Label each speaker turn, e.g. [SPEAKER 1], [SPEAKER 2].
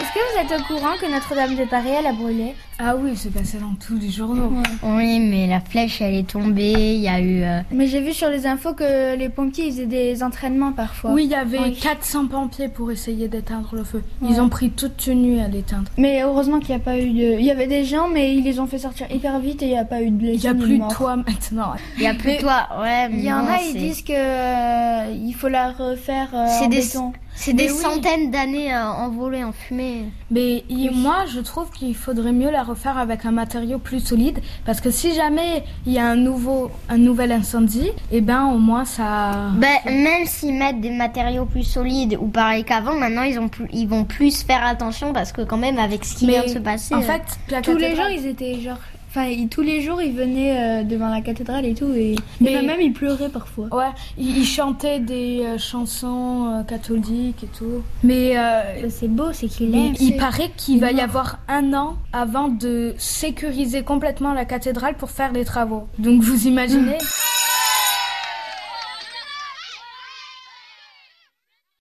[SPEAKER 1] Est-ce que vous êtes au courant que Notre-Dame de Paris, elle a brûlé
[SPEAKER 2] Ah oui, c'est passé dans tous les journaux.
[SPEAKER 3] Oui, mais la flèche, elle est tombée. Il y a eu. euh,
[SPEAKER 1] Mais j'ai vu sur les infos que les pompiers, ils faisaient des entraînements parfois.
[SPEAKER 2] Oui, il y avait
[SPEAKER 1] Oui.
[SPEAKER 2] 400 pompiers pour essayer d'éteindre le feu.
[SPEAKER 1] Ouais.
[SPEAKER 2] Ils ont pris toute une nuit à l'éteindre.
[SPEAKER 1] Mais heureusement qu'il n'y a pas eu de... Il y avait des gens, mais ils les ont fait sortir hyper vite et il n'y a pas eu de
[SPEAKER 2] Il
[SPEAKER 1] blessés
[SPEAKER 2] n'y a
[SPEAKER 1] ni
[SPEAKER 2] plus
[SPEAKER 1] morts.
[SPEAKER 2] de toit maintenant.
[SPEAKER 3] Il y a plus
[SPEAKER 1] Mais-
[SPEAKER 3] de toi. Ouais, mais
[SPEAKER 1] Il y en
[SPEAKER 3] non,
[SPEAKER 1] a, ils
[SPEAKER 3] c'est-
[SPEAKER 1] disent que euh, il faut la refaire euh,
[SPEAKER 3] C'est
[SPEAKER 1] en
[SPEAKER 3] des-
[SPEAKER 1] béton.
[SPEAKER 3] C'est des
[SPEAKER 2] Mais oui.
[SPEAKER 3] centaines d'années euh, envolées en fumée.
[SPEAKER 2] Mais il- moi, je trouve qu'il faudrait mieux la refaire avec un matériau plus solide, parce que si jamais il y a un nouveau, un nouvel incendie, eh ben au moins ça.
[SPEAKER 3] Ben, même s'ils mettent des matériaux plus solides ou pareil qu'avant, maintenant ils, ont plus- ils vont plus faire attention parce que quand même avec ce qui
[SPEAKER 2] Mais
[SPEAKER 3] vient de se passer.
[SPEAKER 2] en
[SPEAKER 3] euh,
[SPEAKER 2] fait, la
[SPEAKER 1] Tous les
[SPEAKER 2] cathédrale-
[SPEAKER 1] gens, ils étaient genre... Enfin, ils- tous les jours, ils venaient euh, devant la cathédrale et tout. Et, et
[SPEAKER 2] Mais-
[SPEAKER 1] même, ils pleuraient parfois.
[SPEAKER 2] Ouais, ils, ils chantaient des euh, chansons euh, catholiques et tout. Mais euh,
[SPEAKER 1] C'est beau, c'est qu'il
[SPEAKER 2] il,
[SPEAKER 1] aime.
[SPEAKER 2] il paraît qu'il va y avoir un an avant de sécuriser complètement la cathédrale pour faire les travaux. Donc vous imaginez